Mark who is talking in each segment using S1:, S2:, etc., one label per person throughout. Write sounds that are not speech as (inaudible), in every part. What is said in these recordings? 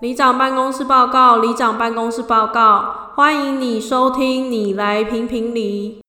S1: 里长办公室报告，里长办公室报告，欢迎你收听，你来评评理。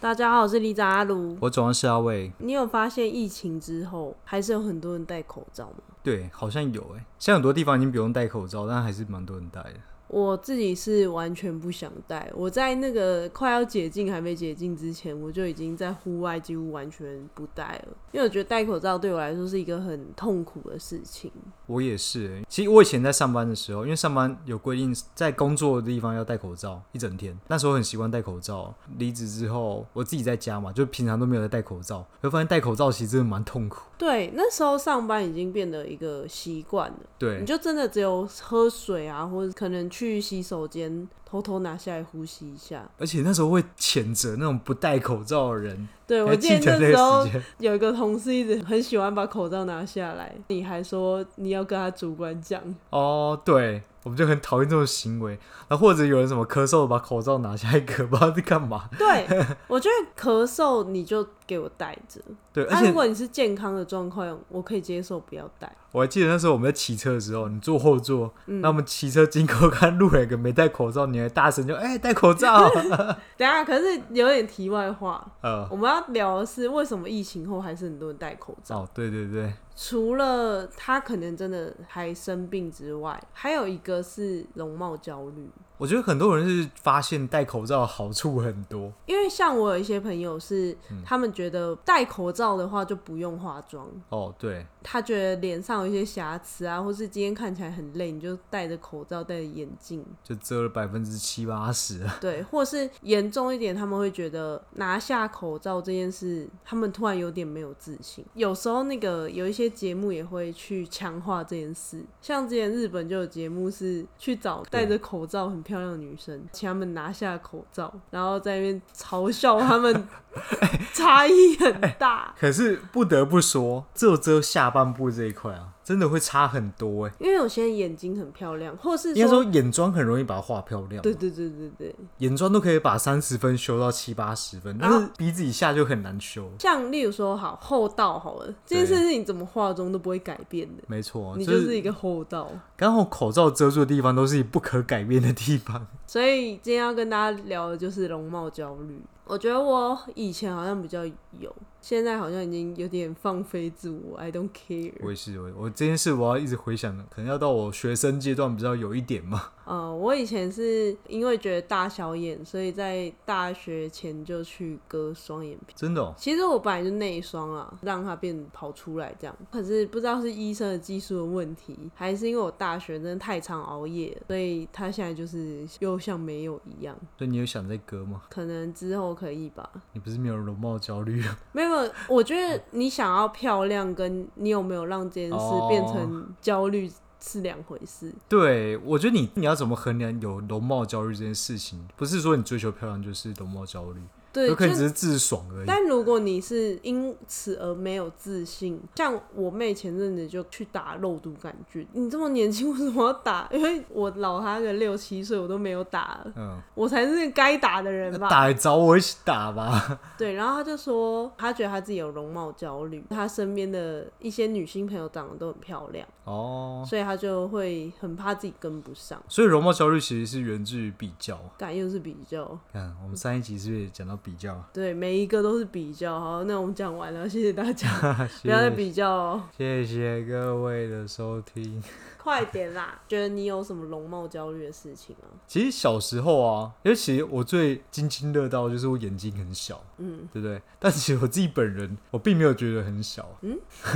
S1: 大家好，我是里长阿卢。
S2: 我总是阿伟，
S1: 你有发现疫情之后，还是有很多人戴口罩吗？
S2: 对，好像有哎、现在很多地方已经不用戴口罩，但还是蛮多人戴的。
S1: 我自己是完全不想戴。我在那个快要解禁还没解禁之前，我就已经在户外几乎完全不戴了，因为我觉得戴口罩对我来说是一个很痛苦的事情。
S2: 我也是、欸，其实我以前在上班的时候，因为上班有规定，在工作的地方要戴口罩一整天，那时候很习惯戴口罩。离职之后，我自己在家嘛，就平常都没有在戴口罩，会发现戴口罩其实真的蛮痛苦。
S1: 对，那时候上班已经变得一个习惯了，你
S2: 对，
S1: 就真的只有喝水啊，或者可能去洗手间偷偷拿下来呼吸一下。
S2: 而且那时候会谴责那种不戴口罩的人。
S1: 对我
S2: 还
S1: 记
S2: 记
S1: 得
S2: 得
S1: 那
S2: 那
S1: 时候
S2: 个时间，
S1: 有一个同事一直很喜欢把口罩拿下来，你还说你要跟他主管讲。
S2: 哦，对，我们就很讨厌这种行为。然后或者有人什么咳嗽，把口罩拿下来 (laughs) 咳，不知道在干嘛。
S1: (laughs) 对，我觉得咳嗽你就给我戴着。
S2: 对，而
S1: 啊，
S2: 且
S1: 如果你是健康的状况，我可以接受不要戴。
S2: 我还记得那时候我们在骑车的时候，你坐后座，
S1: 嗯
S2: 那我们骑车经过看路人有个没戴口罩，你还大声就哎、戴口
S1: (laughs)
S2: 罩，
S1: 等一下，可是有点题外话，
S2: 呃，
S1: 我们要聊的是为什么疫情后还是很多人戴口罩。
S2: 哦，对对对，
S1: 除了他可能真的还生病之外，还有一个是容貌焦虑。
S2: 我觉得很多人是发现戴口罩的好处很多，
S1: 因为像我有一些朋友是，他们觉得戴口罩的话就不用化妆，
S2: 哦，对，
S1: 他觉得脸上有一些瑕疵啊，或是今天看起来很累，你就戴着口罩、戴着眼镜，
S2: 就遮了百分之七八十， (laughs)
S1: 对，或是严重一点，他们会觉得拿下口罩这件事，他们突然有点没有自信。有时候那个有一些节目也会去强化这件事，像之前日本就有节目是去找戴着口罩很漂亮的女生，请他们拿下口罩，然后在那边嘲笑他
S2: (laughs)
S1: 们 (laughs) 差异很大。
S2: 可是不得不说，只有遮下半部这一块啊，真的会差很多哎、
S1: 因为有些人眼睛很漂亮，或是
S2: 应该
S1: 说
S2: 说，眼妆很容易把它画漂亮，
S1: 对对对对对，
S2: 眼妆都可以把三十分修到七八十分，但
S1: 啊
S2: 是鼻子以下就很难修。
S1: 像例如说好厚道好了，这件事是你怎么化妆都不会改变的，
S2: 没错，
S1: 你就是一个厚道。
S2: 刚好口罩遮住的地方都是你不可改变的地方。
S1: 所以今天要跟大家聊的就是容貌焦虑。我觉得我以前好像比较有，现在好像已经有点放飞自我，I don't care。
S2: (laughs) 我也是，我我这件事我要一直回想，可能要到我学生阶段比较有一点嘛。
S1: 呃，我以前是因为觉得大小眼，所以在大学前就去割双眼皮。
S2: (laughs) 真的、哦，
S1: 其实我本来就内双啊，让它变跑出来这样。可是不知道是医生的技术的问题，还是因为我大学真的太常熬夜了，所以它现在就是又像没有一样。
S2: 所以你有想再割吗？
S1: 可能之后可以吧。
S2: 你不是没有容貌焦虑啊？
S1: 没有，没有我觉得你想要漂亮，跟你有没有让这件事
S2: 哦
S1: 变成焦虑是两回事。
S2: (laughs) 对，我觉得你你要怎么衡量有容貌焦虑这件事情？不是说你追求漂亮就是容貌焦虑，
S1: 对，
S2: 有可能
S1: 就
S2: 只是自爽而已。
S1: 但如果你是因此而没有自信，像我妹前阵子就去打肉毒杆菌，你这么年轻为什么要打？因为我老她个六七岁，我都没有打了，
S2: 嗯，
S1: 我才是该打的人吧？
S2: (laughs) 打来找我一起打吧。
S1: 对，然后她就说，她觉得她自己有容貌焦虑，她身边的一些女性朋友长得都很漂亮，
S2: 哦，
S1: 所以她就会很怕自己跟不上。
S2: 所以容貌焦虑其实是源自于比较。
S1: 感又是比较，
S2: 看，我们上一集是不是也讲到比较？
S1: 对，每一个都是比较。好，那我们讲完了，谢谢大家， (laughs) 不
S2: (laughs) 谢
S1: 要再
S2: 谢
S1: 比较哦，
S2: 谢谢各位的收听。
S1: 快点啦！觉得你有什么容貌焦虑的事情吗？
S2: 其实小时候啊，因为其实我最津津乐道就是我眼睛很小，嗯，对不对？但其实我自己本人，我并没有觉得很小，嗯， (laughs)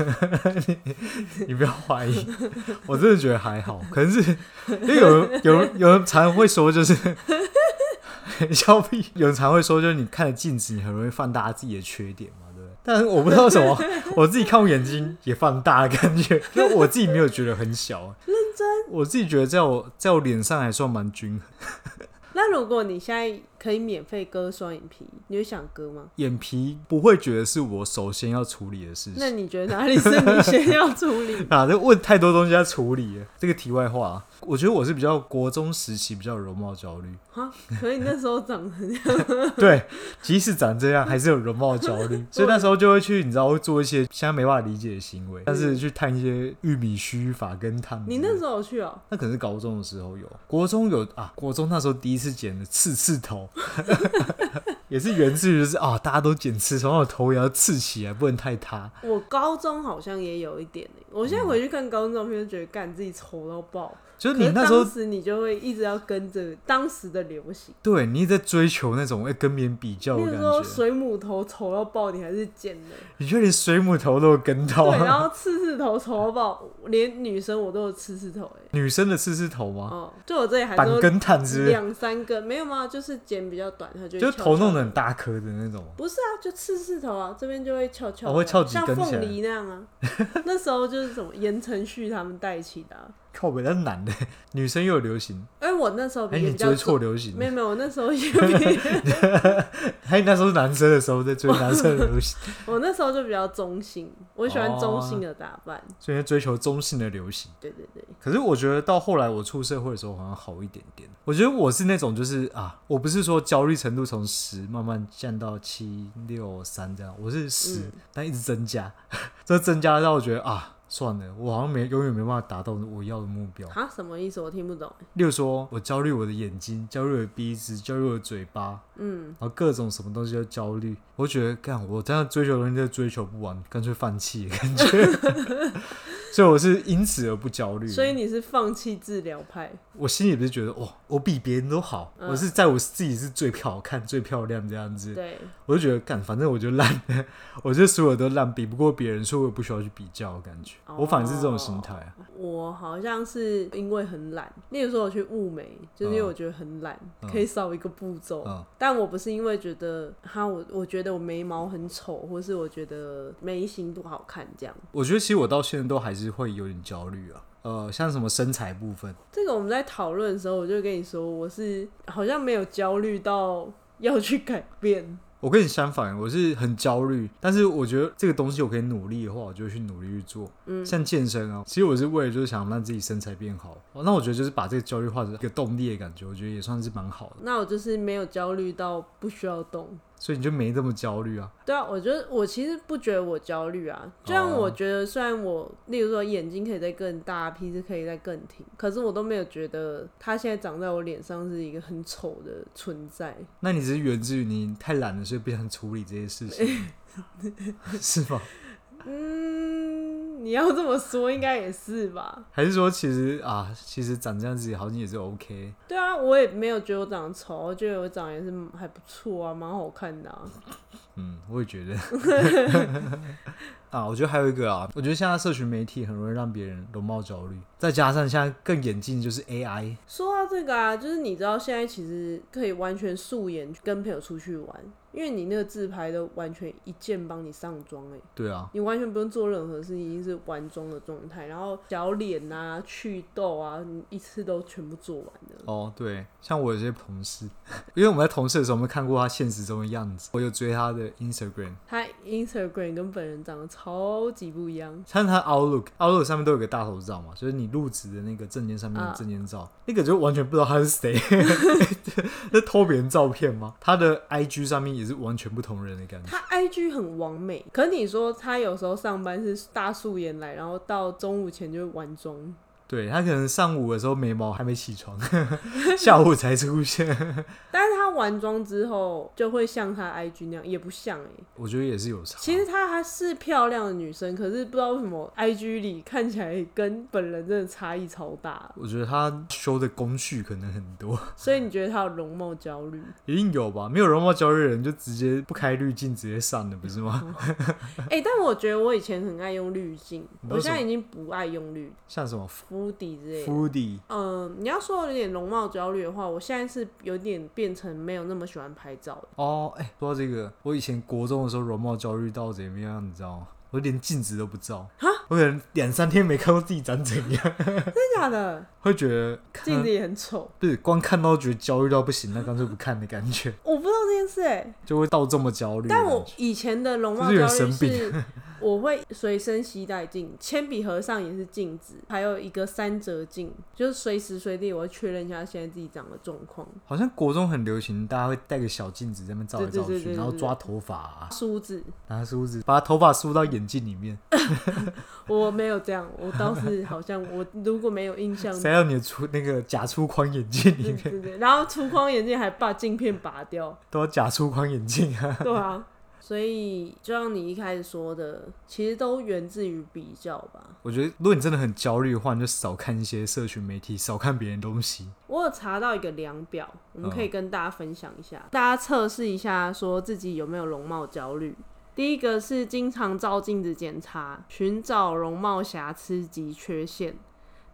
S2: 你你不要怀疑，我真的觉得还好。可能是因为有人有人有人常会说，就是笑屁，有人常会说，就是你看着镜子，你很容易放大自己的缺点嘛，对不对？但我不知道为什么，我自己看我眼睛也放大的感觉，就我自己没有觉得很小，认真，我自己觉得在我在我脸上还算蛮均衡。
S1: 那如果你现在可以免费割双眼皮，你会想割吗？
S2: 眼皮不会觉得是我首先要处理的事
S1: 那
S2: 情。？
S1: 你觉得哪里是你先要处理
S2: 啊，这问太多东西要处理了。这个题外话啊，我觉得我是比较国中时期比较有容貌焦
S1: (laughs)
S2: 虑，
S1: 啊，可你那时候长得
S2: 对，即使长这样还是有容貌焦
S1: (laughs)
S2: 虑，所以那时候就会去，你知道，会做一些现在没办法理解的行为，但是去探一些玉米须、发根烫。
S1: 你那时候有去哦、
S2: 那可能是高中的时候有，国中有啊，国中那时候第一次剪的刺刺头， (laughs) 也是源自于就是啊，大家都剪刺头，然后头也要刺起来，不能太塌。
S1: 我高中好像也有一点、欸、我现在回去看高中照片，就觉得干自己丑到爆。
S2: 就是
S1: 可
S2: 你
S1: 是
S2: 那时候
S1: 当时你就会一直要跟着当时的流行，
S2: 对你一直在追求那种会哎跟别人比较
S1: 例
S2: 的
S1: 如
S2: 感
S1: 说
S2: 觉，
S1: 水母头丑到爆，你还是剪
S2: (laughs)
S1: 的。
S2: 你觉得连水母头都有跟到
S1: 对，
S2: 啊？
S1: 然后刺刺头丑到爆，连女生我都有刺刺头哎、
S2: 女生的刺刺头吗？
S1: 哦，就我这里还
S2: 板
S1: 说
S2: 根炭之类，
S1: 两三根，没有吗？就是剪比较短，它就
S2: 就
S1: 会
S2: 是头
S1: 翘翘
S2: 弄得很大颗的那种。
S1: 不是啊，就刺刺头啊，这边就会翘翘的啊，
S2: 哦会翘几
S1: 像
S2: 根起
S1: 凤
S2: 来
S1: 梨那
S2: (laughs)
S1: 样啊。那时候就是什么言承旭他们带起的、啊，
S2: 靠北，那是男的， (laughs) 女生又有流行，
S1: 哎，我那时候
S2: 哎，
S1: 比也
S2: 你
S1: 比较
S2: 追
S1: 重
S2: 错流行
S1: 没
S2: 了，
S1: 有没有，我那时候也比
S2: (laughs) 还有那时候是男生的时候在追男生的流行， (laughs)
S1: 我那时候就比较中性，我喜欢中性的打扮。
S2: 所以追求中性的流行。
S1: 对对对，
S2: 可是我觉得到后来我出社会的时候好像好一点点。我觉得我是那种就是啊，我不是说焦虑程度从十慢慢降到七六三这样，我是十、
S1: 嗯
S2: 但一直增加，这增加到我觉得啊。算了，我好像没永远没办法达到我要的目标。
S1: 啊，什么意思？我听不懂。
S2: 例如说，我焦虑我的眼睛，焦虑我的鼻子，焦虑我的嘴巴，
S1: 嗯，
S2: 然后各种什么东西都焦虑，我就觉得干我这样追求的东西都追求不完，干脆放弃的感觉。
S1: (laughs)
S2: 所以我是因此而不焦虑，
S1: 所以你是放弃治疗派，
S2: 我心里不是觉得哇，我比别人都好，
S1: 嗯
S2: 我是在我自己是最好看、最漂亮这样子，
S1: 对，
S2: 我就觉得干，反正我就烂， (laughs) 我就所有都烂，比不过别人，所以我不需要去比较的感觉，
S1: 哦
S2: 我反而是这种心态啊。
S1: 我好像是因为很懒，例如说我去物美，就是因为我觉得很懒，
S2: 嗯
S1: 可以少一个步骤。
S2: 嗯
S1: 但我不是因为觉得哈，我我觉得我眉毛很丑，或是我觉得眉形不好看这样。
S2: 我觉得其实我到现在都还是会有点焦虑啊，呃，像什么身材部分，
S1: 这个我们在讨论的时候，我就跟你说，我是好像没有焦虑到要去改变。
S2: 我跟你相反，我是很焦虑，但是我觉得这个东西我可以努力的话，我就会去努力去做。嗯，像健身啊，其实我是为了就是想让自己身材变好。哦，那我觉得就是把这个焦虑化成一个动力的感觉，我觉得也算是蛮好的。
S1: 那我就是没有焦虑到不需要动。
S2: 所以你就没这么焦虑啊。
S1: 对啊，我觉得我其实不觉得我焦虑啊，就像
S2: 哦
S1: 我觉得虽然我，例如说眼睛可以再更大，鼻子可以再更挺，可是我都没有觉得它现在长在我脸上是一个很丑的存在。
S2: 那你只是源自于你太懒了，所以不想处理这些事情，是吗？
S1: 嗯，你要这么说应该也是吧？
S2: 还是说其实啊，其实长这样子好像也是 OK？
S1: 对啊，我也没有觉得我长得丑，我觉得我长得也是还不错啊，蛮好看的啊。
S2: 嗯，我也觉得。啊，我觉得还有一个啊，我觉得现在社群媒体很容易让别人容貌焦虑，再加上现在更演进就是 AI，
S1: 说到这个啊，就是你知道现在其实可以完全素颜跟朋友出去玩，因为你那个自拍都完全一键帮你上妆哎、
S2: 对啊，
S1: 你完全不用做任何事，已经是完妆的状态，然后小脸啊、祛痘啊，你一次都全部做完了。
S2: 哦对，像我有些同事，因为我们在同事的时候，我们看过他现实中的样子，我有追他的 Instagram，
S1: 他 Instagram 跟本人长得超级不一样，
S2: 像他 Outlook Outlook 上面都有个大头照嘛，就是你入职的那个证件上面的
S1: 啊
S2: 证件照，那个就完全不知道他是谁， (laughs) 那偷别人照片吗？他的 IG 上面也是完全不同人的感觉。
S1: 他 IG 很完美，可是你说他有时候上班是大素颜来，然后到中午前就会完妆，
S2: 对他可能上午的时候眉毛还没起
S1: (laughs)
S2: 床，下午才出现，
S1: 但是他完妆之后就会像他 IG 那样，也不像哎、
S2: 我觉得也是有差。
S1: 其实她还是漂亮的女生，可是不知道为什么 IG 里看起来跟本人真的差异超大，
S2: 我觉得他修的工序可能很多，
S1: 所以你觉得她有容貌焦虑？
S2: 一定有吧？没有容貌焦虑的人就直接不开滤镜直接上了，不是吗？
S1: (laughs) 哎、但我觉得我以前很爱用滤镜，
S2: 你都
S1: 我现在
S2: 什
S1: 已经不爱用滤
S2: 像什么
S1: 敷底之类的。
S2: Foodie
S1: 嗯，你要说有点容貌焦虑的话，我现在是有点变成没有那么喜欢拍照了。
S2: 哦，哎、说到这个，我以前国中的时候容貌焦虑到怎么样，你知道吗？我连镜子都不照，我可能两三天没看过自己长怎样，
S1: 真假的？
S2: 会觉得
S1: 镜
S2: 看
S1: 子也很丑，
S2: 不是光看到觉得焦虑到不行，那干脆不看的感觉， (laughs)
S1: 我不知道这件事哎、
S2: 就会到这么焦虑的感
S1: 但
S2: 觉。
S1: 我以前的容貌
S2: 这是
S1: 焦
S2: 有
S1: 虑
S2: 神病
S1: 是，我会随身携带镜，铅笔盒上也是镜子，还有一个三折镜，就是随时随地我会确认一下现在自己长的状况。
S2: 好像国中很流行，大家会带个小镜子在那边照来
S1: 对对
S2: 照
S1: 对对
S2: 去，
S1: 对
S2: 然后
S1: 对
S2: 抓头发、啊，
S1: 梳子
S2: 拿梳子把头发梳到眼镜里面。
S1: 我没有这样，我倒是好像我如果没有印象，
S2: 塞到你的粗那个假粗框眼镜里
S1: 对
S2: 面，
S1: 对对，然后粗框眼镜还把镜片拔掉，
S2: 都要假粗框眼镜啊。
S1: 对啊，所以就像你一开始说的，其实都源自于比较吧。
S2: 我觉得，如果你真的很焦虑的话，你就少看一些社群媒体，少看别人东西。
S1: 我有查到一个量表，我们可以跟大家分享一下，大家测试一下，说自己有没有容貌焦虑。第一个是经常照镜子检查，寻找容貌瑕疵及缺陷；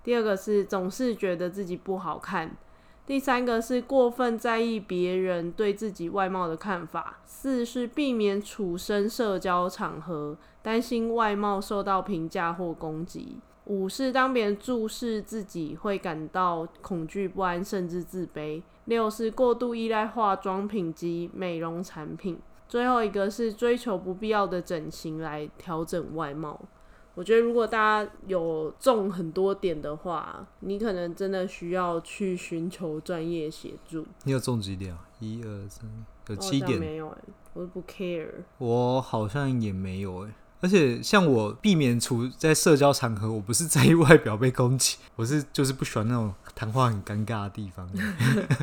S1: 第二个是总是觉得自己不好看；第三个是过分在意别人对自己外貌的看法；四是避免处身社交场合，担心外貌受到评价或攻击。五是当别人注视自己会感到恐惧、不安，甚至自卑。六是过度依赖化妆品及美容产品。最后一个是追求不必要的整形来调整外貌。我觉得如果大家有中很多点的话，你可能真的需要去寻求专业协助。
S2: 你有中几点啊？一二三，有
S1: 我好
S2: 七
S1: 像
S2: 点。
S1: 没有、欸，我不 care。
S2: 我好像也没有哎、而且像我避免处在社交场合，我不是在意外表被攻击，我是就是不喜欢那种谈话很尴尬的地方。
S1: (laughs)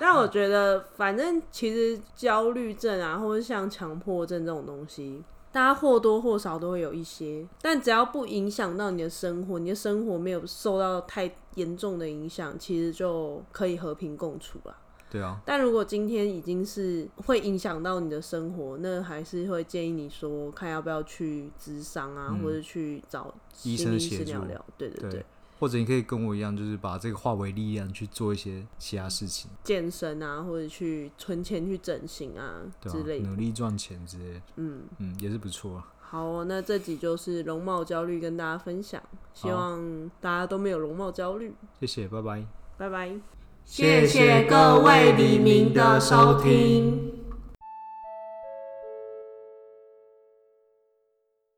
S1: 但我觉得，反正其实焦虑症啊，或者像强迫症这种东西，大家或多或少都会有一些，但只要不影响到你的生活，你的生活没有受到太严重的影响，其实就可以和平共处了。
S2: 对啊，
S1: 但如果今天已经是会影响到你的生活，那还是会建议你说，看要不要去咨商啊，
S2: 嗯
S1: 或者去找
S2: 医
S1: 心
S2: 生
S1: 理医
S2: 协
S1: 师
S2: 助
S1: 聊聊。对对对，
S2: 对。或者你可以跟我一样，就是把这个化为力量去做一些其他事情，
S1: 健身啊，或者去存钱去整形啊
S2: 对
S1: 之类
S2: 啊？
S1: 的。
S2: 努力赚钱之类的，
S1: 嗯。
S2: 嗯，也是不错啊。
S1: 好哦、那这集就是容貌焦虑跟大家分享，希望大家都没有容貌焦虑。
S2: 谢谢，拜拜。
S1: 拜拜，
S2: 谢谢各位黎明的收听。